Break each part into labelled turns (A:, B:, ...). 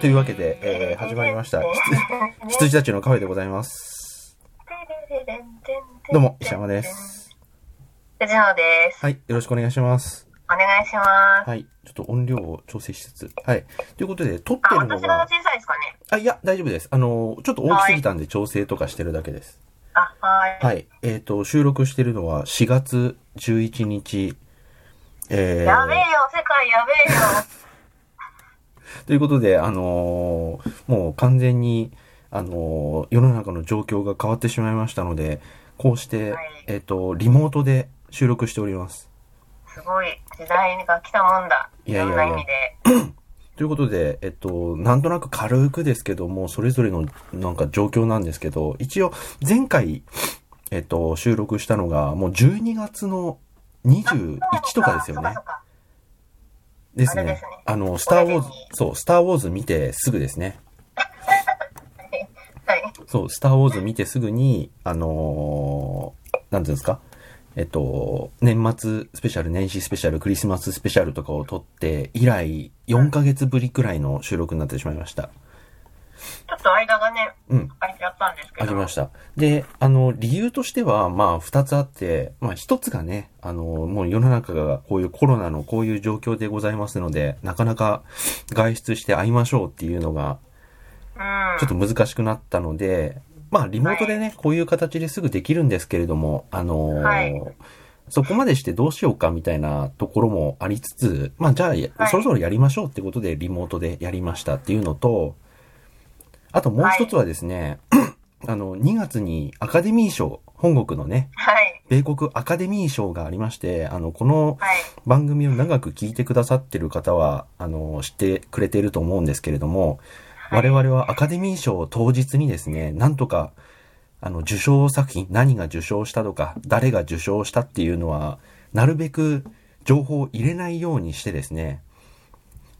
A: というわけで、えー始まりました。ひつ羊たちのカフェでございます。どうも、石山で。す。
B: 藤野です。
A: はい、よろしくお願いします。
B: お願いします。
A: はい、ちょっと音量を調整しつつ。はい。ということで、撮って
B: あ、
A: るの
B: 私が
A: が、
B: 小さいですかね。
A: あ、いや、大丈夫です。あのー、ちょっと大きすぎたんで調整とかしてるだけです。
B: あ、はい。
A: はい。えっ、と、収録してるのは4月11日、えー、
B: やべえよ、世界やべえよ。
A: ということで、あのーもう完全に、あのー世の中の状況が変わってしまいましたので、こうして、
B: はい
A: えっ、と、リモートで収録しております。
B: すごい、時代が来たもんだ。
A: い
B: い
A: やい
B: ろ
A: やい
B: ん
A: や
B: な意味で。
A: ということで、えっと、なんとなく軽くですけども、それぞれのなんか状況なんですけど、一応、前回、えっと、収録したのが、もう12月の21とかですよ
B: あ
A: ね
B: そっ。か
A: です
B: あれで
A: ね
B: すね。
A: あの、スターウォーズ
B: これでいい、
A: そう、スターウォーズ見てすぐですね。
B: そっかはい。
A: そう、スター・ウォーズ見てすぐに、あのーなんていうんですか、えっと、年末スペシャル、年始スペシャル、クリスマススペシャルとかを撮って、以来、4ヶ月ぶりくらいの収録になってしまいました。
B: ちょっと間がね、
A: うん、
B: 空いちゃったんですけ
A: あ
B: ど。。
A: りましたた。で、あの、理由としては、まあ、2つあって、まあ、1つがね、あの、もう世の中がこういうコロナのこういう状況でございますので、なかなか外出して会いましょうっていうのが、
B: うん。
A: ちょっと難しくなったので、まあ、リモートでね、こういう形ですぐできるんですけれども、あのー
B: はい
A: そこまでしてどうしようかみたいなところもありつつ、まあ、じゃあ、や
B: はい
A: そろそろやりましょうってことで、リモートでやりましたっていうのと、あともう一つはですね、 あの、2月にアカデミー賞、本国のね、
B: はい。
A: 米国アカデミー賞がありまして、あの、この
B: はい。
A: 番組を長く聞いてくださってる方は、あの、知ってくれてると思うんですけれども、
B: はい
A: 我々はアカデミー賞当日にですね、なんとか、あの、受賞作品、何が受賞したとか、誰が受賞したっていうのは、なるべく情報を入れないようにしてですね、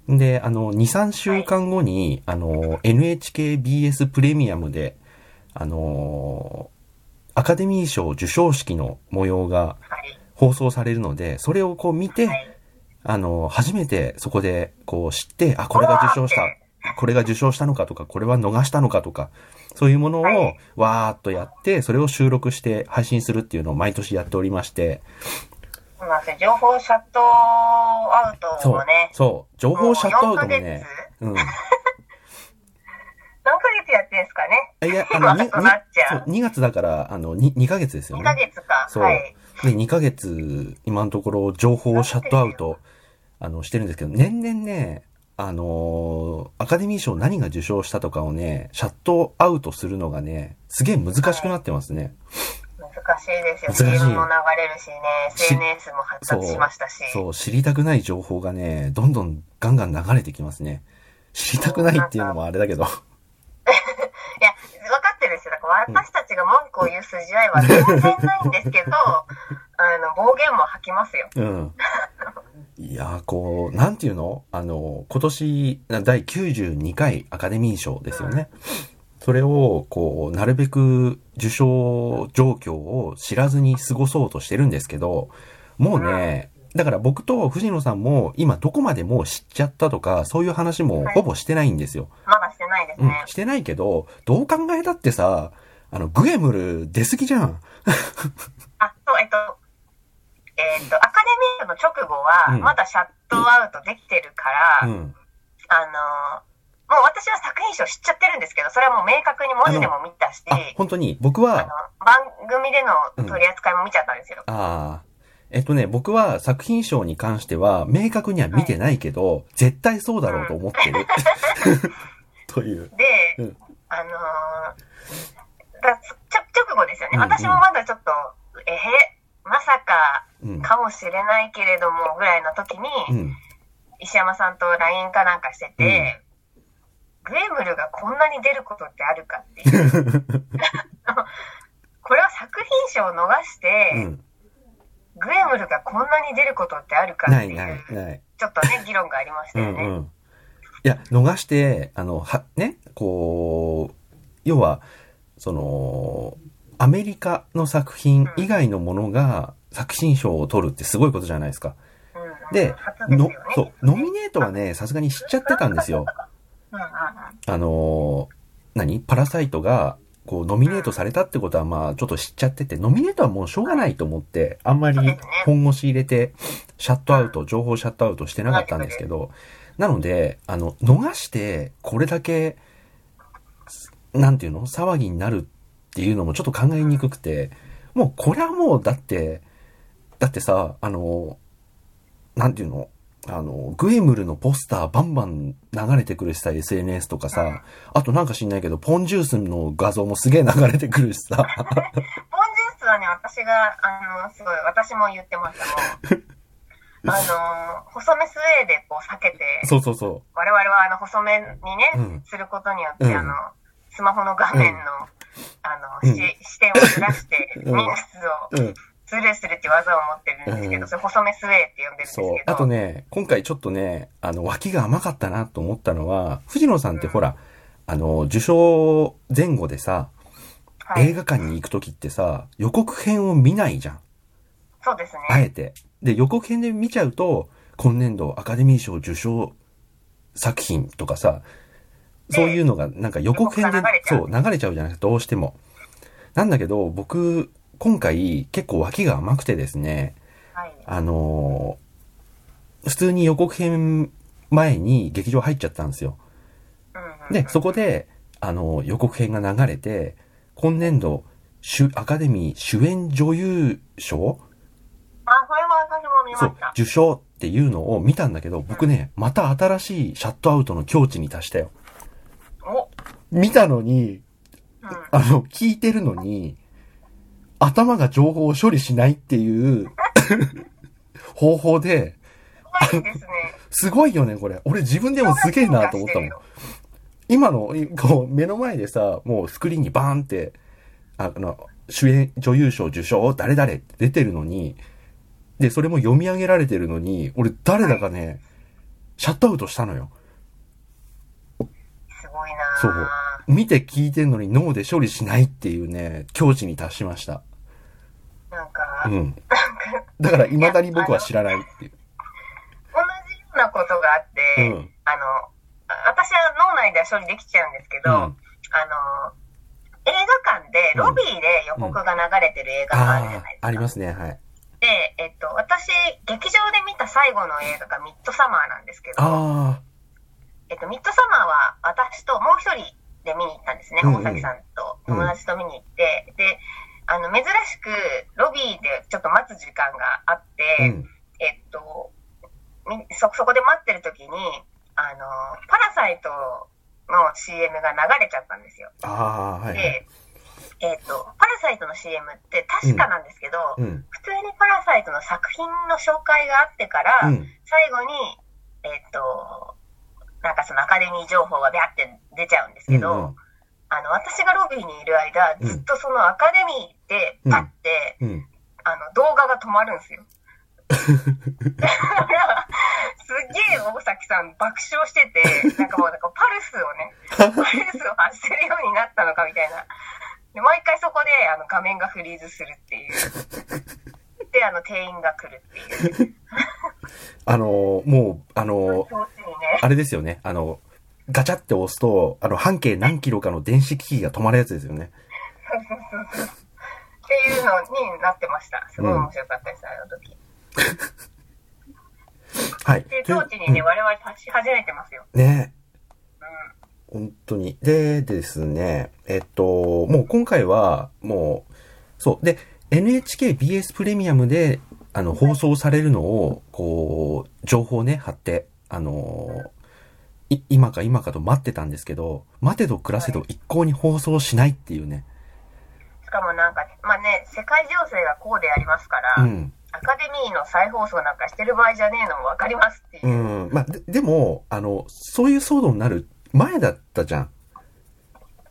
A: で、あの、2、3週間後に、あの、NHKBS プレミアムで、あの、アカデミー賞受賞式の模様が
B: はい。
A: 放送されるので、それをこう見て
B: は、い。
A: あの、初めてそこでこう知って、あ、これが受賞した
B: うわーっ、
A: これが受賞したのかとか、これは逃したのかとか、そういうものを
B: はい
A: わーっとやって、それを収録して配信するっていうのを毎年やっておりまして、
B: そうなんですよ情報シャットアウト
A: そ
B: も
A: う
B: ね、。
A: そう、情報シャットアウトも
B: もう4
A: ね
B: ヶ、
A: うん。
B: 何ヶ月やってんですかね。
A: いや、あ
B: 今
A: の、にに
B: となっ ちゃう
A: そう2月だから、あの、2, 2ヶ月ですよ
B: 2
A: ね。
B: ヶ月か。
A: そう
B: はい。
A: で、2ヶ月、今のところ情報をシャットアウト、あの、してるんですけど、年々ね、あのーアカデミー賞何が受賞したとかをね、シャットアウトするのがね、すげえ難しくなってますね。
B: 難しいですよ。
A: 難しい
B: CM も流れるしね、
A: し
B: SNS も発達しましたし。
A: そう、知りたくない情報がね、どんどんガンガン流れてきますね。知りたくないっていうのもあれだけど。
B: いや、分かってるんですよ。だから私たちが文句を言う筋合いは全然ないんですけど、 あの、暴言も吐きますよ。
A: うん。いやー、こう、なんていうのあの、今年、な第92回アカデミー賞ですよね。それを、こう、なるべく受賞状況を知らずに過ごそうとしてるんですけど、もうね、だから僕と藤野さんも今どこまでもう知っちゃったとか、そういう話もほぼしてないんですよ。
B: まだしてないです
A: うん
B: ね、。
A: してないけど、どう考えたってさ、あの、グエムル出過ぎじゃん。
B: あ、そう、えっと、えっと、アカデミーの直後は
A: う、ん
B: まだシャットアウトできてるから、
A: うん。
B: あの、もう私は作品賞知っちゃってるんですけど、それはもう明確に文字でも見たし、
A: あ
B: あ、
A: 本当に、僕は、
B: の、番組での取り扱いも見ちゃったんですよ。
A: ああ。えっとね、僕は作品賞に関しては明確には見てないけど、絶対そうだろうと思 ってる。という。
B: で、
A: うん
B: あのーだちょ直後ですよね、
A: うんうん
B: 私もまだちょっと、えへ、まさか
A: うん。
B: かもしれないけれどもぐらいの時に、
A: うん。
B: 石山さんと LINE かなんかしてて、グエムルがこんなに出ることってあるかって いう。これは作品賞を逃して、
A: うん。
B: グエムルがこんなに出ることってあるかっ
A: な
B: て
A: い
B: いう、
A: ないない。
B: ちょっとね、議論がありました
A: う
B: よ
A: ん
B: ね。
A: うん。いや、逃して、あの、は、ね、こう、要は、その、アメリカの作品以外のものが作品賞を取るってすごいことじゃないですか。
B: うんうん
A: で
B: 初ですよ
A: の
B: ね。、
A: そう、ノミネートはね、さすがに知っちゃってたんですよ。
B: うんうんうん。
A: あのー何パラサイトが、こう、ノミネートされたってことは、まあ、ちょっと知っちゃってて、ノミネートはもうしょうがないと思って、あんまり
B: そうですね
A: 本腰入れて、シャットアウト、情報シャットアウトしてなかったんですけど、なので、あの、逃して、これだけ、なんていうの騒ぎになるっていうのもちょっと考えにくくて、もう、これはもう、だって、だってさ、あの、なんていうのあの、グエムルのポスターバンバン流れてくるしさ、SNS とかさ、あとなんか知んないけど、ポンジュースの画像もすげえ流れてくるしさ、
B: ポンジュースはね、私が、あの、すごい、私も言ってましたも ん。あの、細めスウェーでこう避けて、
A: そうそうそ
B: 我々はあの、細めにね、
A: うん
B: することによって、
A: うん
B: あの、スマホの画面の、
A: うん
B: あ
A: う
B: の、
A: ん
B: し視点をずらして、
A: うん
B: ニュース
A: う。
B: を
A: うん。
B: ズレするっていう技を持ってるんですけど、
A: うん
B: それ細めスウェーって呼んでるんですけ
A: そう
B: ど。。
A: あとね、今回ちょっとね、あの、脇が甘かったなと思ったのは、藤野さんってほら、あの、受賞前後でさ、
B: はい
A: 映画館に行くときってさ、予告編を見ないじゃん。
B: そうですね。
A: あえて。で、予告編で見ちゃうと、今年度アカデミー賞受賞作品とかさ、そういうのがなんか予告編で
B: 予告が流れ、ちゃう
A: そう、流れちゃうじゃなくて、どうしても。なんだけど、僕、今回結構脇が甘くてですね、
B: はい。
A: あのー普通に予告編前に劇場入っちゃったんですよ。
B: うんうんうん
A: で、そこで、あの、予告編が流れて、今年度、主アカデミー主演女優賞
B: あ、それは私も見ま
A: そう
B: した。、
A: 受賞っていうのを見たんだけど、僕ね、また新しいシャットアウトの境地に達したよ。
B: お、
A: 見たのに、
B: うん。
A: あの、聞いてるのに、頭が情報を処理しないっていう方法で、
B: すごいですね。
A: すごいよね、これ。俺自分でも すげえなと思ったもん。今の、こう、目の前でさ、もうスクリーンにバーンって、ああの、主演、女優賞受賞、誰々って出てるのに、で、それも読み上げられてるのに、俺誰だかね、シャットアウトしたのよ。
B: すごいなぁ
A: そう見て聞いてんのに脳で処理しないっていうね、境地に達しました。
B: なんか、
A: う
B: 同
A: ん。だから未だに僕は知らないっていう。
B: じようなことがあって、
A: うん
B: あの、あ私は脳内では処理できちゃうんですけ
A: う
B: ど、
A: ん。
B: あの、映画館で、ロビーで予告が流れてる映画があるじゃ
A: あ
B: ないです
A: あ、
B: か。
A: ありますね、はい。
B: で、えっと、私、劇場で見た最後の映画がミッドサマーなんですけど、
A: あ
B: えっと、ミッドサマーは私ともう一人で見に行ったんですね。
A: うんうん
B: 大崎さんと友達と見に行って、で、あの、珍しくロビーでちょっと待つ時間があって、
A: あ、うん。
B: えっと、みそ、そこで待ってる時に、あの、パラサイトの CM が流れちゃったんですよ。
A: ああ、はいはい。
B: で、えっと、パラサイトの CM って確かなんですけど、
A: うん。
B: 普通にパラサイトの作品の紹介があってから、
A: うん。
B: 最後に、えっと、なんかそのアカデミー情報がビャって出ちゃうんです
A: う
B: け
A: ん。
B: ど、あの、私がロビーにいる間、ずっとそのアカデミーで
A: うん
B: パッて、
A: うん。
B: あの、動画が止まるんですよ。だからすっげえ大崎さん爆笑してて、なんかもうなんかパルスをね、パルスを発せるようになったのかみたいな。で、毎回そこであの画面がフリーズするっていう。で、あの店員が来るっていう。
A: あのー、もう、あのー、
B: 気持ちいいね。
A: あれですよね。あの、ガチャって押すと、あの、半径何キロかの電子機器が止まるやつですよね。
B: っていうのになってました。すごい面白かったです、あの時。
A: はい。
B: で、当時にね、
A: う
B: 我々達し始めてますよ。
A: んね
B: う
A: 本当に。でですね、えっと、もう今回は、もう、そう。で、NHKBS プレミアムで、あの、放送されるのを、こう、情報ね、貼って、あのーい今か今かと待ってたんですけど、待てど暮らせど一向に放送しないっていうね。
B: ん。しかもなんか、まあね、世界情勢がこうでありますから、
A: うん。
B: アカデミーの再放送なんかしてる場合じゃねえのもわかりますっていうう。
A: ん。まあ、ででも、あの、そういう騒動になる前だったじゃん。
B: ま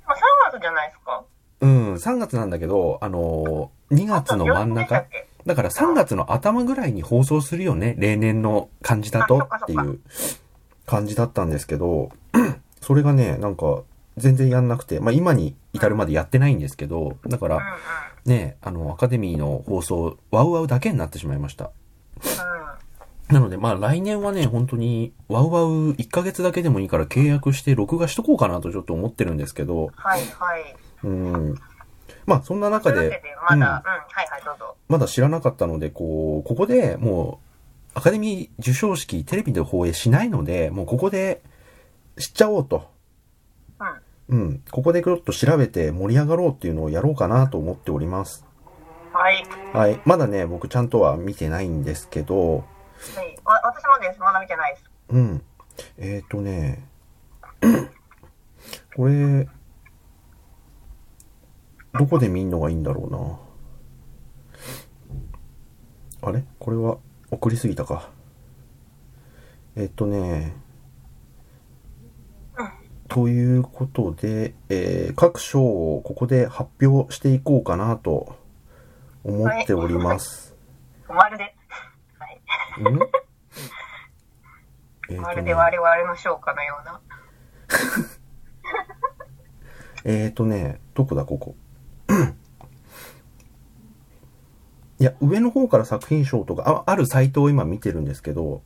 B: あ、3月じゃないですか。
A: うん、3月なんだけど、あのー、2月の真ん中。
B: あと病気でしたっけ
A: だから3月の頭ぐらいに放送するよね。例年の感じだと
B: あそっか
A: って
B: そ
A: い
B: っか
A: う感じだったんですけど、 それがね、なんか全然やんなくて、まあ今に至るまでやってないんですけど、だか
B: うん
A: らね、あの、アカデミーの放送、ワウワウだけになってしまいました。
B: うん。うん。
A: なので、まあ来年はね、本当に、ワウワウ1ヶ月だけでもいいから契約して録画しとこうかなとちょっと思ってるんですけど、
B: はいはい。
A: うん。まあそんな中
B: というわけ
A: で
B: で、、まだ、う、
A: うんん
B: はいはい、どうぞ。
A: まだ知らなかったので、こう、ここでもう、アカデミー授賞式テレビで放映しないので、もうここで知っちゃおうと。
B: うん。
A: うん。ここでちょっと調べて盛り上がろうっていうのをやろうかなと思っております。
B: はい。
A: はい。まだね、僕ちゃんとは見てないんですけど、
B: はい、わ私もです。まだ見てないです。
A: うん。えっ、ー、とね、 これ、どこで見んのがいいんだろうな。あれこれは送りすぎたか。えっ、ー、とね、ということで、えー各賞をここで発表していこうかなと思っております。
B: まるで、はい、
A: んえーとね
B: まるで我々の評価のような。
A: えーとね、どこだ、ここ。いや、上の方から作品賞とか、ああるサイトを今見てるんですけど、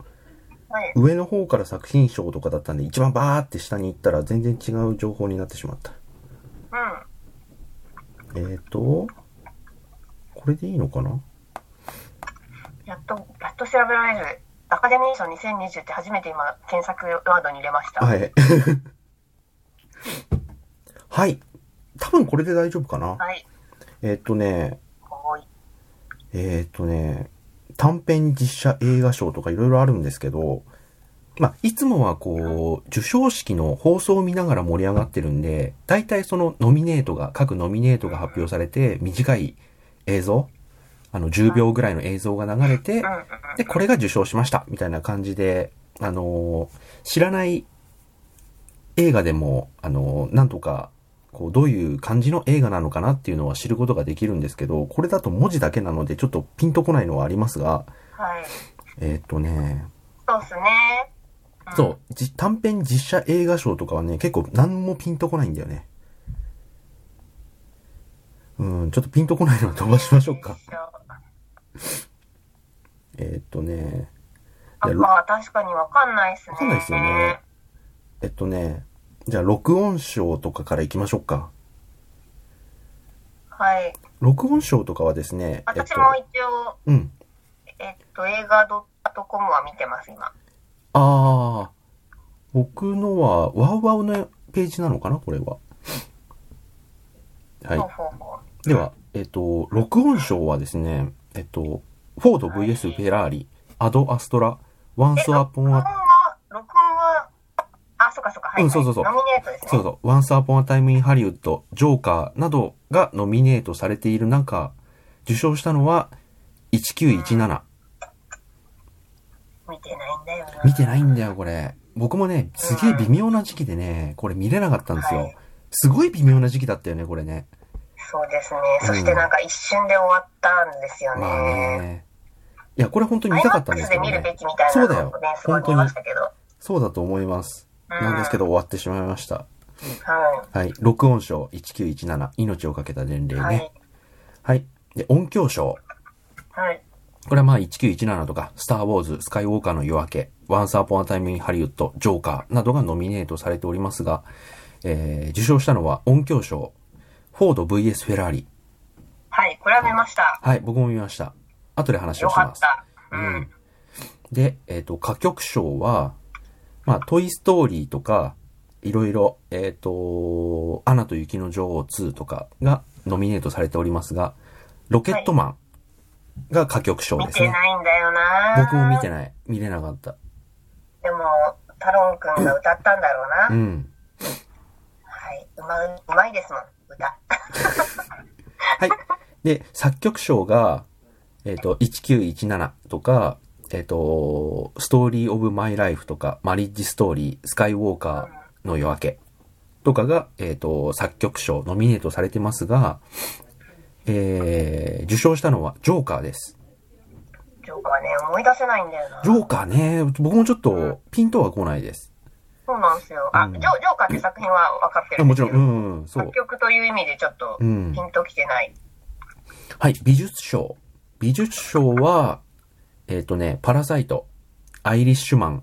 B: はい。
A: 上の方から作品賞とかだったんで、一番バーって下に行ったら全然違う情報になってしまった。
B: うん。
A: えーと、これでいいのかな
B: やっと、やっと調べられる。アカデミー賞2020って初めて今、検索ワードに入れました。
A: はい。はい。多分これで大丈夫かな
B: はい。
A: えーとね、
B: おい。
A: えー、とね、短編実写映画賞とかいろいろあるんですけど、まあ、いつもはこう、受賞式の放送を見ながら盛り上がってるんで、大体そのノミネートが、各ノミネートが発表されて、短い映像、あの、10秒ぐらいの映像が流れて
B: うん、うんうん。
A: で、これが受賞しました、みたいな感じで、あのー知らない映画でも、あのーなんとか、こう、どういう感じの映画なのかなっていうのは知ることができるんですけど、これだと文字だけなので、ちょっとピンとこないのはありますが、
B: はい。
A: えーっとね、
B: そうっすね。
A: そう、じ短編実写映画賞とかはね、結構何もピンとこないんだよね。うん、ちょっとピンとこないのは飛ばしましょうか。えーっとね、
B: あ、
A: いや
B: まあ、確かにわかんないっすね。
A: わかんないっすよね。えっとね、じゃあ録音賞とかから行きましょうか。
B: はい。
A: 録音賞とかはですね、えっ
B: 私
A: と、
B: も一応、
A: うん。
B: えっと、映画 .com は見てます、今。
A: ああ、僕のは、ワウワウのページなのかなこれは。は
B: ほう
A: い。
B: ほうほ
A: では、えっと、録音賞はですね、えっと、フォード VS フェラーリ、アド・アストラ、ワンス・アポ
B: う。
A: ン・
B: 録音
A: ア、
B: は、録音は、あ、そうかそうか、はい、
A: うんそうそうそう
B: ノミネートですね。
A: そうそう、ワンス・アポン・ア・タイム・イン・ハリウッド、ジョーカーなどがノミネートされている中、受賞したのは、1917。
B: 見てないんだよな。
A: 見てないんだよ、これ。僕もね、すげえ微妙な時期でね、これ見れなかったんです
B: は
A: よ
B: い。
A: すごい微妙な時期だったよね、これね。
B: そうですね。そしてなんか一瞬で終わったんですよね。
A: まあね。いや、これ本当に
B: ア
A: 見
B: イ
A: た
B: マ
A: か
B: ッ
A: ったん
B: ク
A: で
B: ス
A: すけ
B: で
A: ど
B: 見るべ
A: ね。
B: きみたいな
A: そうだよ
B: のをね、すごい見ましたけど。
A: そうだと思います。
B: うん
A: なんですけど、終わってしまいました。
B: は
A: はい。録音賞1917、命をかけた伝
B: い。
A: 令
B: は
A: ね
B: い。。
A: はい。で、音響賞。
B: はい。
A: これはまあ1917とか、スター・ウォーズ、スカイ・ウォーカーの夜明け、ワンサー・ポン・ア・タイム・イン・ハリウッド、ジョーカーなどがノミネートされておりますが、えー、受賞したのは音響賞、フォード VS フェラーリ。
B: はい。これは見ました。
A: はい、僕も見ました。後で話
B: よ
A: をし
B: か
A: ま
B: っ
A: す。
B: た。う
A: うんん。で、えっ、と、歌曲賞は、まあ、トイ・ストーリーとか、いろいろ、えっ、と、アナと雪の女王2とかがノミネートされておりますが、ロケットマンが歌曲賞
B: 見
A: です
B: て
A: ね。
B: ないんだよな。
A: 僕も見てない。見れなかった。
B: でも、太郎くんが歌ったんだろうな。
A: うん。
B: はい。うまう、うまいですもん、歌。
A: はい。で、作曲賞が、えっ、と、1917とか、えっ、と、ストーリー・オブ・マイ・ライフとか、マリッジ・ストーリー、スカイ・ウォーカーの夜明けとかが、えっ、と、作曲賞、ノミネートされてますが、えー、受賞したのはジョーカーです。
B: ジョーカーね、思い出せないんだよな。
A: ジョーカーね、僕もちょっとピンとは来ないです。
B: そうなんですよ。あ、
A: うん
B: ジョジョーカーって作品は分かって
A: あ
B: るん
A: も
B: です
A: ち
B: け
A: ろ
B: ど。
A: ん、うん、うん、そう
B: 作。曲という意味でちょっと
A: う
B: ピ
A: ん
B: ンときてない。
A: はい、美術賞。美術賞は、えっ、とね、パラサイト、アイリッシュマン、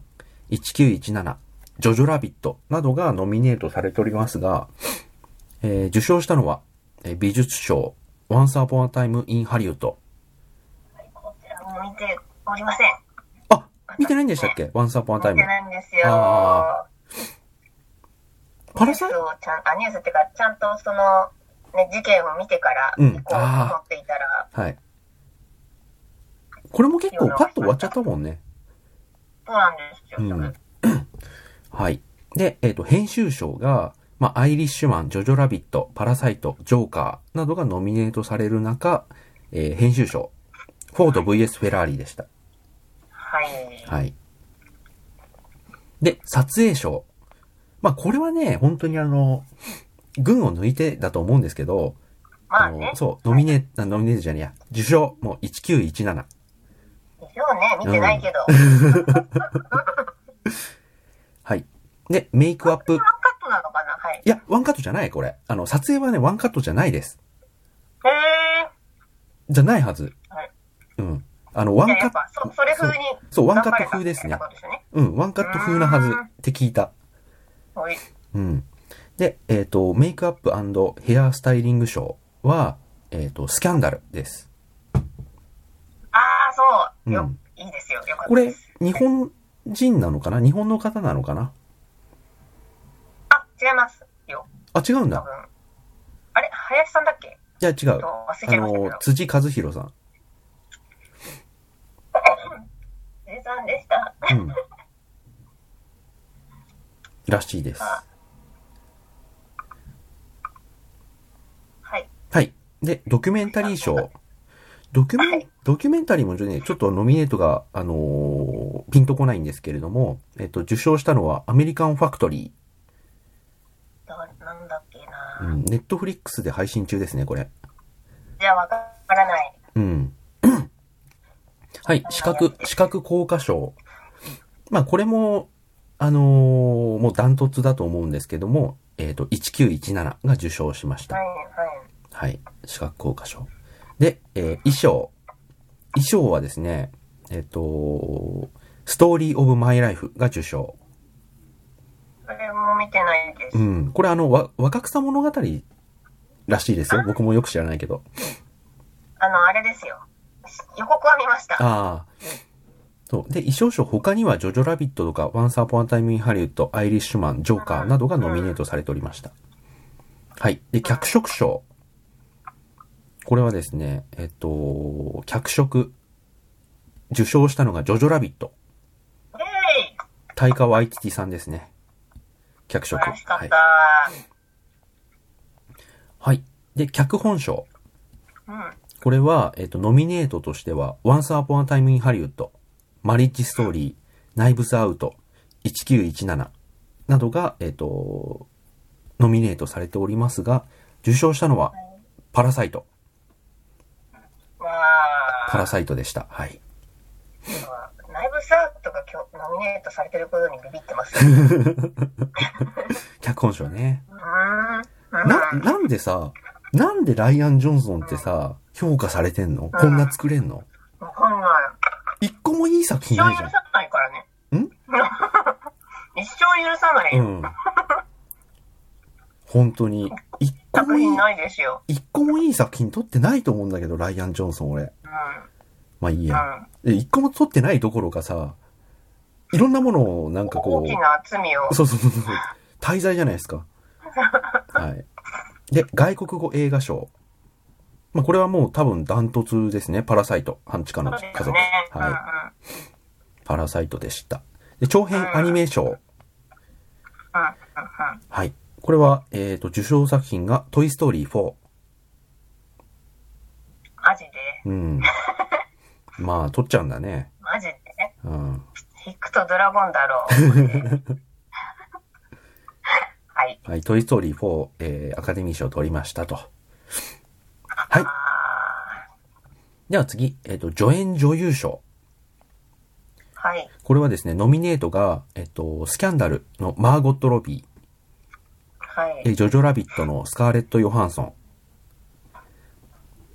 A: 1917、ジョジョラビットなどがノミネートされておりますが、えー受賞したのは、えー美術賞、Once Upon a Time in Hollywood。
B: こちらも見ておりません。
A: あ、見てないんでしたっけ ?Once Upon a
B: 見て
A: Time。
B: ないんですよ。
A: あパラサイ
B: ニュースをちゃんあニュースっていうか、ちゃんとその、ね、事件を見てから、
A: うん
B: 行こうと思っていたら、
A: はい。これも結構パッと終わっちゃったもんね。
B: そうなんですよ。
A: うん
B: すぐ
A: はい。で、えっ、と、編集賞が、まあ、アイリッシュマン、ジョジョラビット、パラサイト、ジョーカーなどがノミネートされる中、えー編集賞、フォード VS フェラーリでした。
B: はい。
A: はい。で、撮影賞。まあ、これはね、本当にあの、群を抜いてだと思うんですけど、
B: まあね
A: の、、そう、ノミネート、ノミネートじゃねえや、受賞、もう1917。
B: 一応ね、見てないけど、こ
A: はい。で、メイクアップ
B: れ。ワンカットなのかなはい。
A: いや、ワンカットじゃない、これ。あの、撮影はね、ワンカットじゃないです。
B: へえ。
A: じゃないはず。
B: はい
A: うん。あの、ワン
B: じゃあ
A: カ
B: や
A: ッ
B: っ
A: ト
B: ぱ、そ、それ風に。
A: そう、ワンカ
B: 頑
A: ット
B: 張れた
A: 風です
B: っ
A: ね
B: て。ことですよね。
A: うん、ワンカット風なはずって聞いた。
B: はい。
A: うん。で、えっ、と、メイクアップヘアスタイリング賞は、えっ、と、スキャンダルです。
B: ああ、そう。
A: う
B: よ
A: ん、
B: いいですよ。よかった
A: こ
B: で
A: れ
B: す。、
A: 日本人なのかな日本の方なのかな
B: あ、違いますよ。
A: あ、違うん
B: 多
A: だ。
B: 分。あれ林さんだっけ
A: いや、違
B: えっ
A: うあ
B: と。忘れちゃいましたけ
A: の
B: ど、。
A: 辻和弘さん。
B: 辻さんでした。
A: う ん。らしいです。
B: はい。
A: はい。で、ドキュメンタリー賞。ドキュメン、ドキュメンタリーもね、ちょっとノミネートが、あのーピンとこないんですけれども、えっと、受賞したのはアメリカンファクトリ
B: だなんだっけな、
A: ー。うん、ネットフリックスで配信中ですね、これ。
B: じゃあわからない。
A: うん。はい、視覚、視覚効果賞。まあ、これも、あのーもうダントツだと思うんですけども、えっ、と、1917が受賞しました
B: は。い、はい。
A: はい。視覚効果賞。で、えー衣装。衣装はですね、えっ、と、ストーリーオブマイライフが受賞。
B: それも見てないです。
A: うん。これあの、わ、若草物語らしいですよ。僕もよく知らないけど。
B: あの、あれですよ。し予告は見ました。
A: ああ。そう。で、衣装賞他にはジョジョラビットとか、ワンサーポンタイムインハリウッド、アイリッシュマン、ジョーカーなどがノミネートされておりました。はい。で、脚色賞。これはですね、えっと、脚色。受賞したのがジョジョラビット。
B: えい
A: タイカワイティティさんですね。脚
B: 素
A: 色。
B: 晴らしか
A: は
B: っ
A: い
B: た。。
A: はい。で、脚本賞。
B: うん。
A: これは、えっと、ノミネートとしては、Once Upon a Time in Hollywood、マリッジストーリー、ナイブズアウト、1917などが、えっと、ノミネートされておりますが、受賞したのは、パラサイト。
B: ま
A: パ
B: あ、
A: ラサイトでした。はい。
B: ライブサートが今日ノミネートされてることにビビってます。う
A: 脚本賞ね。
B: ーん。
A: な、なんでさ、なんでライアン・ジョンソンってさ、評価されてんのこんな作れんの
B: わかんない。
A: 一個もいい作
B: 一
A: 品
B: 生
A: ないじ
B: 許
A: ゃん。
B: さないからね。
A: ん
B: 一生許さないよ。
A: うん。本当に。一個も
B: 作
A: いい
B: 品、ないですよ。
A: 一個もいい作品撮ってないと思うんだけど、ライアン・ジョンソン俺。
B: うん。
A: まあいいうや。
B: ん。
A: で一個も撮ってないどころかさ、いろんなものをなんかこ
B: 大き
A: う、
B: な罪を。
A: そうそうそうそう、滞在じゃないです か。はい。で、外国語映画賞。まあこれはもう多分ダントツですね。パラサイト。半地下の
B: そう
A: 家
B: です
A: 族。
B: ね。うんうん
A: はい。。パラサイトでした。で、長編アニメー賞。
B: うんうんうん。
A: はい。これは、えっ、と、受賞作品が、トイ・ストーリー4。
B: マジで
A: うん。まあ、撮っちゃうんだね。
B: マジで
A: うん。
B: 引くとドラゴンだろう。 はい。
A: はい。トイ・ストーリー4、えー、アカデミー賞を取りましたと。はい。では次、えっ、と、助演女優賞。
B: はい。
A: これはですね、ノミネートが、えっ、と、スキャンダルのマーゴット・ロビー、
B: はい
A: え。ージョジョ・ラビットのスカーレット・ヨハンソン、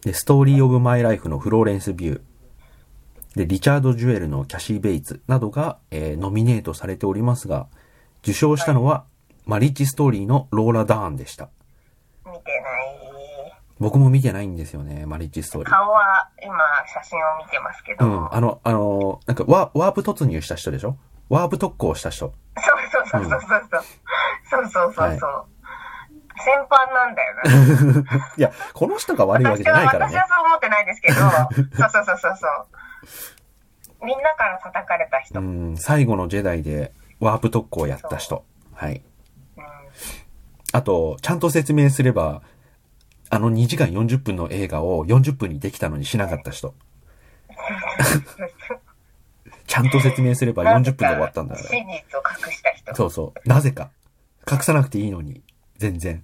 A: で、ストーリー・オブ・マイ・ライフのフローレンス・ビュー、で、リチャード・ジュエルのキャシー・ベイツなどが、えーノミネートされておりますが、受賞したのは、マリッチ・ストーリーのローラ・ダーンでした。
B: 見てない。
A: 僕も見てないんですよね、マリッチ・ストーリー。
B: 顔は今写真を見てますけ
A: う
B: ど。
A: ん、あの、あの、なんかワ、ワープ突入した人でしょワープ特攻した人。
B: そうそうそうそうそうそう。そうそうそうそう。先般なんだよな。
A: いや、この人が悪い わけ
B: 私
A: じゃない
B: は、
A: から
B: 私
A: ね
B: は。そう思ってないですけど、そうそうそうそうそう。みんなから叩かれた人。
A: う
B: うん。
A: ん、最後のジェダイでワープ特攻やった人。はい。あと、ちゃんと説明すれば、あの2時間40分の映画を40分にできたのにしなかった人。ちゃんと説明すれば40分で終わったんだ
B: な
A: か。
B: から真実を隠した人。
A: そうそう。なぜか。隠さなくていいのに。全然。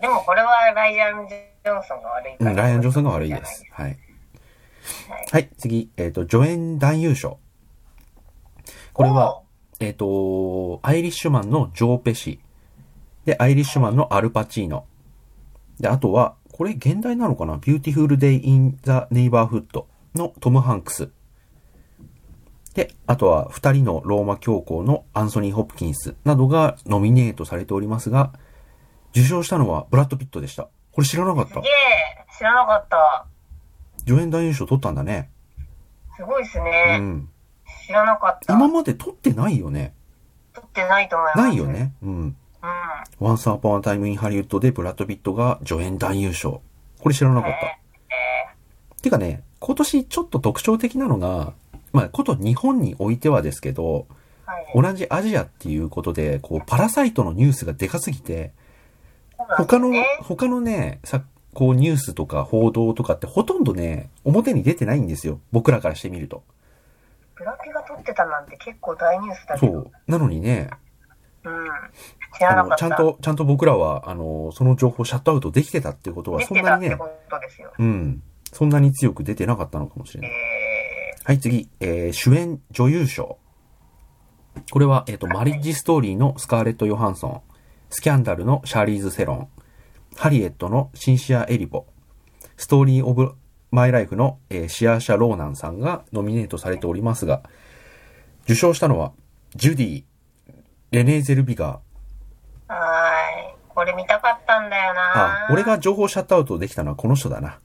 B: でもこれはライアン・ジョンソンが悪いか
A: う
B: ら。
A: ん、ライアン・ジョンソンが悪いです。。はい。はい、次。えっ、と、助演男優賞。これは
B: お、
A: えっ、と、アイリッシュマンのジョー・ペシ。で、アイリッシュマンのアル・パチーノ。で、あとは、これ現代なのかなビューティフル・デイ・イン・ザ・ネイバーフッドのトム・ハンクス。で、あとは、二人のローマ教皇のアンソニー・ホプキンスなどがノミネートされておりますが、受賞したのはブラッド・ピットでした。これ知らなかっ
B: す
A: た
B: げ。え、知らなかった。
A: 助演男優賞取ったんだね。
B: すごいです
A: う
B: ね。
A: ん。
B: 知らなかった。
A: 今まで撮ってないよね。
B: 撮ってないと思います。
A: ないよ。ね。うん。
B: うん。
A: Once Upon a Time in Hollywood でブラッド・ピットが助演男優賞。これ知らなかっ
B: え
A: た。てかね、今年ちょっと特徴的なのが、まあ、こと日本においてはですけど、
B: ーはい。
A: 同じアジアっていうことで、こう、パラサイトのニュースがでかすぎて、他の
B: ね、
A: 他のね、さ、こう、ニュースとか報道とかってほとんどね、表に出てないんですよ。僕らからしてみると。
B: ブラピが撮ってたなんて結構大ニュースだけ
A: そ
B: ど。
A: う。なのにね、
B: うん。知ら
A: あ
B: なか
A: の、
B: っ
A: ち
B: た。
A: ゃんと、ちゃんと僕らは、あの、その情報シャットアウトできてたってことは、
B: 出
A: そん
B: て
A: な
B: た
A: に
B: って
A: ね、
B: ことですよ。
A: うん、そんなに強く出てなかったのかもしれ
B: え
A: ない。はい、次、えー、主演女優賞。これは、えっ、と、マリッジストーリーのスカーレット・ヨハンソン、スキャンダルのシャーリーズ・セロン、ハリエットのシンシア・エリボ、ストーリー・オブ・マイ・ライフの、えーシアーシャ・ローナンさんがノミネートされておりますが、受賞したのは、ジュディ、レネーゼルビガー、
B: ー、はーい。これ見たかったんだよな
A: あ、俺。が情報シャットアウトできたのはこの人だな。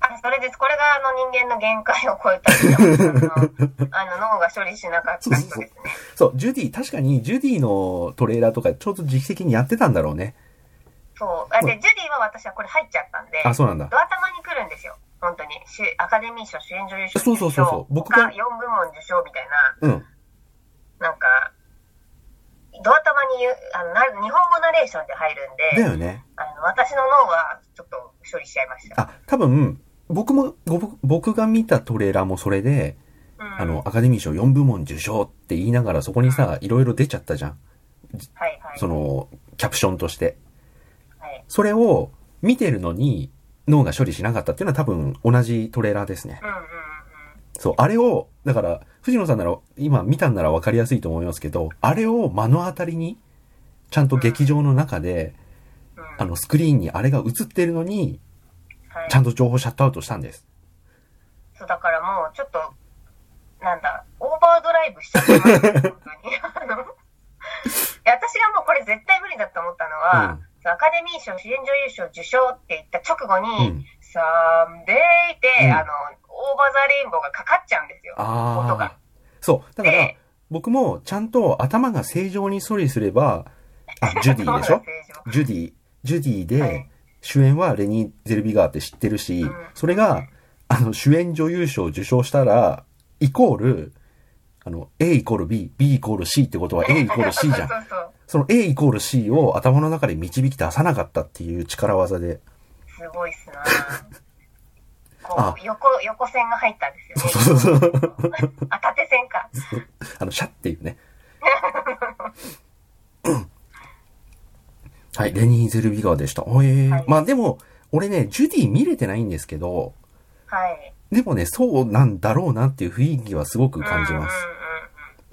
B: あ、それです。これがあの人間の限界を超えた人 あのあの脳が処理しなかった人ですね。
A: そう、ジュディ、確かにジュディのトレーラーとかちょうど時期的にやってたんだろうね。
B: そう。あで、
A: う
B: ジュディは私はこれ入っちゃったんで、
A: あ、そうなんだ。
B: ドア頭に来るんですよ。本当に。主アカデミー賞主演女優賞。
A: そうそうそうそう僕が
B: 他4部門受賞みたい
A: う
B: な。
A: ん。
B: なんか、ドア玉に言うあのな日本語ナレーションで入るん
A: だ
B: で、
A: よね。
B: あの私の脳はちょっと処理しちゃいました。
A: あ、多分、僕も、ごぼ僕が見たトレーラーもそれで、
B: うん、
A: あの、アカデミー賞4部門受賞って言いながらそこにさ、いろいろ出ちゃったじゃん。
B: はいはい。
A: その、キャプションとして。
B: はい、
A: それを見てるのに脳が処理しなかったっていうのは多分同じトレーラーですね
B: う。んうんうん。
A: そう、あれを、だから、藤野さんなら、今見たんなら分かりやすいと思いますけど、あれを目の当たりに、ちゃんと劇場の中で、
B: うん
A: あの、スクリーンにあれが映ってるのに、
B: はい
A: ちゃんと情報シャットアウトしたんです。
B: そうだからもうちょっと、なんだ、オーバードライブしちゃってますよ、本当に。 あのいや私がもうこれ絶対無理だと思ったのは、そのアカデミー賞主演女優賞受賞って言った直後に、
A: うん
B: サンデーって、
A: うん
B: あの、オーバーザレインボーがかかっちゃうんですよ。音
A: あ
B: が
A: あ。そう、だか
B: え
A: ら
B: え、
A: 僕もちゃんと頭が正常に処理すれば、あ、ジュディでし
B: そうな
A: ょ
B: んすよ
A: ジュディ、ジュディで、
B: はい
A: 主演はレニー・ゼルビガーって知ってるし、
B: うん
A: それが、あの、主演女優賞を受賞したら、イコール、あの、A イコール B、B イコール C ってことは A イコール C じ ゃん
B: そ。うそう
A: その A イコール C を頭の中で導き出さなかったっていう力技で。
B: そう。すごいっ すな
A: あ
B: こう、横、横線が入ったんですよ、ね。
A: そうそうそう。
B: あ、縦線か。
A: あの、シャっていう ね。はい、レニー・ゼルビガーでした。おえー
B: はい
A: まあでも、俺ね、ジュディ見れてないんですけど、
B: はい。
A: でもね、そうなんだろうなっていう雰囲気はすごく感じます。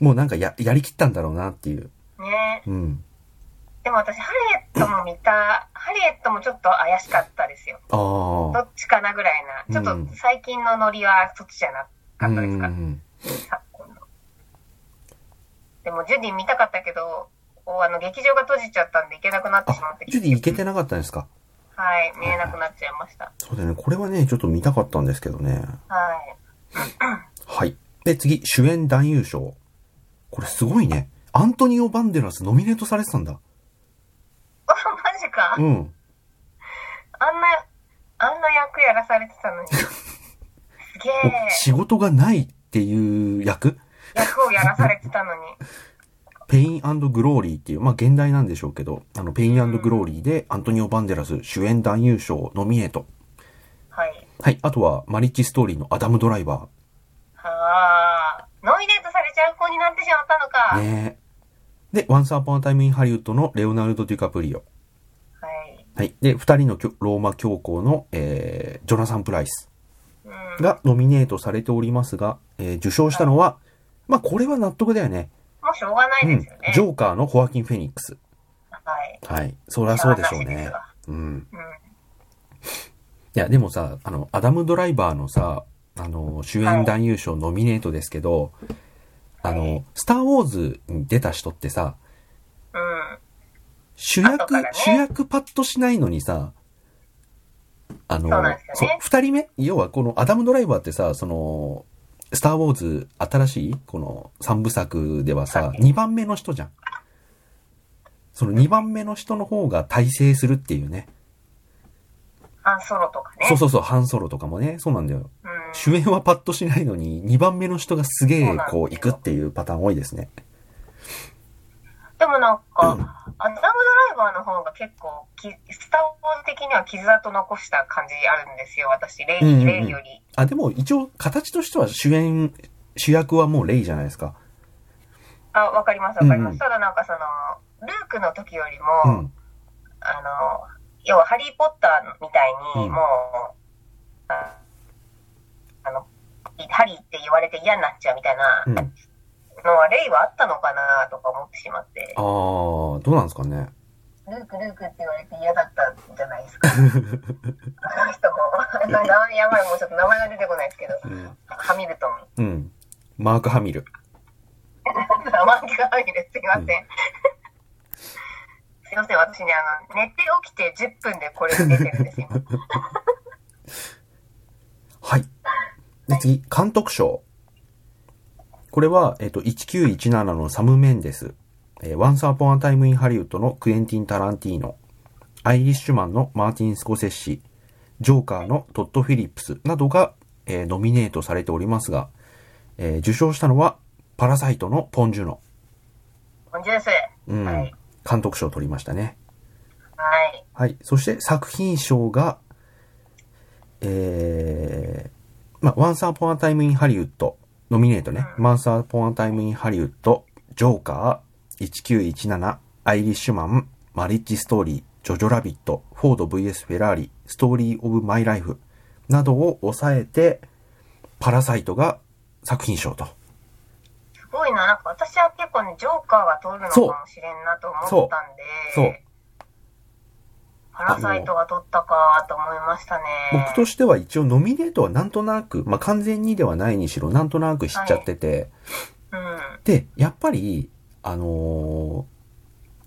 A: もうなんかや、やりきったんだろうなっていう。
B: うんうんうん。ね
A: うん。
B: でも私、ハリエットも見た、ハリエットもちょっと怪しかったですよ。
A: あ
B: ど
A: あ。
B: っちかなぐらいな。ちょ
A: う
B: っ
A: ん
B: と最近のノリはそっちじゃなかったですか、
A: ん。
B: 昨今のでもジュディ見たかったけどおあの劇場が閉じちゃったんで行けなくなってしま
A: あ
B: って、
A: ジュディ行けてなかったんですか
B: はい見えなくなっちゃいました
A: そうだよね。これはね、ちょっと見たかったんですけどね。
B: はい
A: はい。で、次、主演男優賞。これすごいね。アントニオ・バンデラスノミネートされてたんだ。
B: あマジか、
A: うん。
B: あんなあんな役やらされてたのにすげ
A: もう
B: え
A: 仕事がないっていう役
B: 役をやらされてたのに
A: ペイングローリーっていう、まあ、現代なんでしょうけど、あの、ペイングローリーでアントニオ・バンデラス主演男優賞ノミネート。
B: はい
A: はい。あとは、マリッジ・ストーリーのアダム・ドライバ
B: はあノミネートされちゃう子になってしまったのか、
A: ー。ねえ。で、Once Upon a Time in Hollywood のレオナルド・デュカプリオ。
B: はい
A: はい。で、二人のきょローマ教皇の、えー、ジョナサン・プライス
B: うん
A: がノミネートされておりますが、えー受賞したのは、まあ、これは納得だよね。
B: もうしょうがない
A: うん。
B: です
A: ジ
B: よね、
A: ョーカーのホアキン・フェニックス。
B: はい
A: はい。そりゃそうでしょう
B: いや話です
A: ね
B: わ。
A: うん。
B: うん
A: いや、でもさ、あの、アダム・ドライバーのさ、あの、主演男優賞ノミネートですけど、あの、スター・ウォーズに出た人ってさ、
B: うん
A: 主役
B: 後から、ね
A: 主役パッとしないのにさ、あの
B: そうなんですよね、
A: 二人目要はこのアダム・ドライバーってさ、その、スター・ウォーズ新しいこの三部作ではさ
B: は、い
A: 二番目の人じゃん。その二番目の人の方が大成するっていうね。
B: アンソロとかね
A: そうそうそう、ハンソロとかもね、そうなんだよ。
B: うん
A: 主演はパッとしないのに、2番目の人がすげ
B: そ
A: え
B: うなん、ですよ
A: こう、行くっていうパターン多いですね。
B: でもなんか、アダム・ドライバーの方が結構き、スター・ウォーズ的には傷跡残した感じあるんですよ、私、レイ、
A: うんうんうん
B: レイより。
A: あ、でも一応、形としては主演、主役はもうレイじゃないですか。
B: あ、わかります、わかりま
A: うん
B: す。
A: うん
B: ただなんかその、ルークの時よりも、
A: うん。
B: あの、要はハリー・ポッターみたいに、
A: うん
B: もう、ああの、ハリーって言われて嫌になっちゃうみたいな
A: うん。あ
B: のは、レイはあったのかなとか思ってしまって
A: あ、ー、どうなんですかね。
B: ルーク、ルークって言われて嫌だったんじゃないで すか。あの人も、名前やばい、もうちょっと名前が出てこないですけど。
A: うん。
B: ハミルトン。
A: うん。マーク・ハミル。
B: マンキがハミル、すいません。 すいません、私ね、あの、寝て起きて10分でこれ出てる んですよ。
A: はい。で、次、監督賞。これは、えっと、1917のサム・メンデス、えー、Once Upon a Time in Hollywood のクエンティン・タランティーノ、アイリッシュマンのマーティン・スコセッシ、ジョーカーのトッド・フィリップスなどが、えーノミネートされておりますが、えー受賞したのは、パラサイトのポン・ジュノ。
B: ホンジュース。
A: うん。
B: はい。
A: 監督賞を取りましたね。
B: はい。
A: はい。そして作品賞が、えー、まあ、Once Upon a Time in Hollywood ノミネートね。Once Upon a Time in Hollywood、ジョーカー、1917、アイリッシュマン、マリッジストーリー、ジョジョラビット、フォード VS フェラーリ、ストーリーオブマイライフなどを抑えて、パラサイトが作品賞と。
B: すごいな、なんか私は結構ね、ジョーカーが通るのかもしれんなと思ったんで、
A: そうそう
B: パラサイトが取ったかと思いましたね。
A: 僕としては一応ノミネートはなんとなく、まあ、完全にではないにしろ、なんとなく知っちゃってて、
B: うん。
A: で、やっぱり、あのー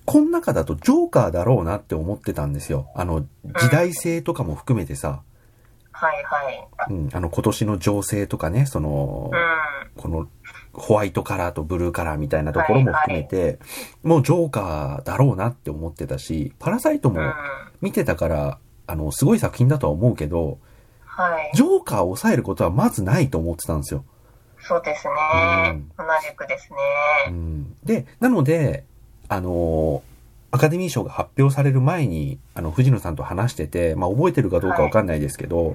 A: この中だとジョーカーだろうなって思ってたんですよ。あの、時代性とかも含めてさ、
B: はいはい。
A: うん、あの、今年の情勢とかね、その
B: う、ん。
A: この、ホワイトカラーとブルーカラーみたいなところも含めて、もうジョーカーだろうなって思ってたし、パラサイト
B: う
A: も
B: ん。
A: 見てたから、あの、すごい作品だとは思うけど、
B: はい。
A: ジョーカーを抑えることはまずないと思ってたんですよ。
B: そうですね。
A: うん
B: 同じくですね。
A: うんで、なので、あのーアカデミー賞が発表される前に、あの、藤野さんと話してて、まあ、覚えてるかどうかわかんないですけど、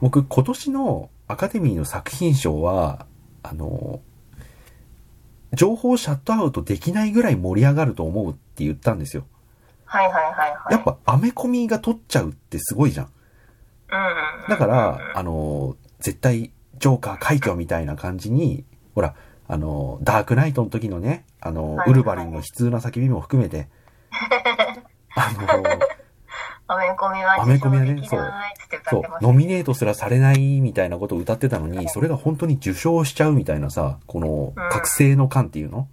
A: 僕、今年のアカデミーの作品賞は、あのー情報をシャットアウトできないぐらい盛り上がると思うって言ったんですよ。
B: はいはいはいはい。
A: やっぱ、アメコミが取っちゃうってすごいじゃん。
B: うんうん。
A: だから、あのー絶対、ジョーカー快挙みたいな感じに、ほら、あのーダークナイトの時のね、あのー
B: はい
A: ウルヴァリンの悲痛な叫びも含め て、あのー
B: アメコミは
A: アメコミはね
B: 受賞できないっつって歌歌
A: そ
B: ってま
A: う、
B: した
A: ノ。ミネートすらされないみたいなことを歌ってたのに、それが本当に受賞しちゃうみたいなさ、この覚醒の感っていうの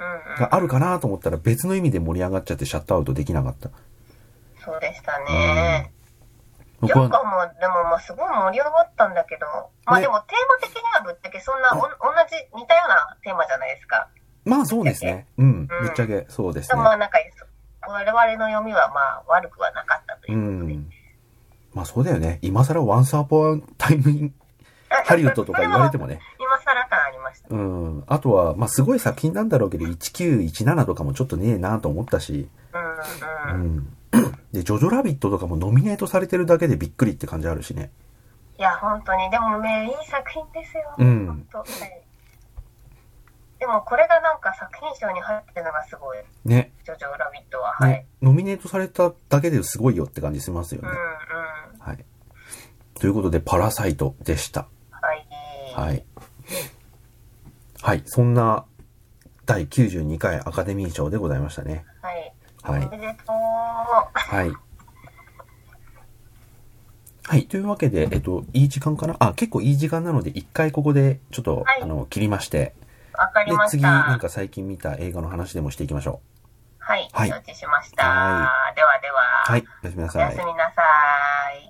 B: うんうん。
A: があるかなと思ったら別の意味で盛り上がっちゃってシャットアウトできなかった。
B: そうでしたね。
A: 僕
B: ヨッ
A: は、
B: カも、でも、まあ、すごい盛り上がったんだけど、まあ
A: ね
B: でも、テーマ的にはぶっちゃけ、そんなおん、同じ、似たようなテーマじゃないですか。
A: まあそうですね。うん、ぶっちゃけそうです
B: で
A: ね
B: も。まあ、なんか、我々の読みは、まあ、悪くはなかったといううことで。
A: ん。まあそうだよね。今更ワンサーポアタイムインハリウッドとか言われてもね。
B: 今更感ありました。
A: うん。あとは、まあすごい作品なんだろうけど、1917とかもちょっとねえなと思ったし。
B: うん
A: う
B: うん。
A: ん。で、ジョジョラビットとかもノミネートされてるだけでびっくりって感じあるしね。
B: いや、本当に。でもね、いい作品ですよ。
A: うん
B: 本当。はいでも、これがなんか作品賞に入ってるのがすごい。
A: ね。
B: ジョジョラビットは。
A: ね、
B: はい。
A: ノミネートされただけですごいよって感じしますよ
B: う
A: ね。
B: んうん。
A: はい。ということで、パラサイトでした。
B: はい。
A: はい。はい。そんな、第92回アカデミー賞でございましたね。
B: はい。
A: は
B: お
A: い
B: め。でとう。
A: はい。はい。というわけで、えっと、いい時間かなあ、結構いい時間なので、一回ここで、ちょっと、
B: はい
A: あの、切りまして。
B: わかり
A: で
B: ま、し
A: 次、な
B: た
A: ん。か最近見た映画の話でもしていきましょ
B: はい。
A: はい
B: 承知しました。
A: は
B: ではでは。
A: う。はい。おやすみな
B: お
A: さ
B: や
A: い
B: す。みなさい。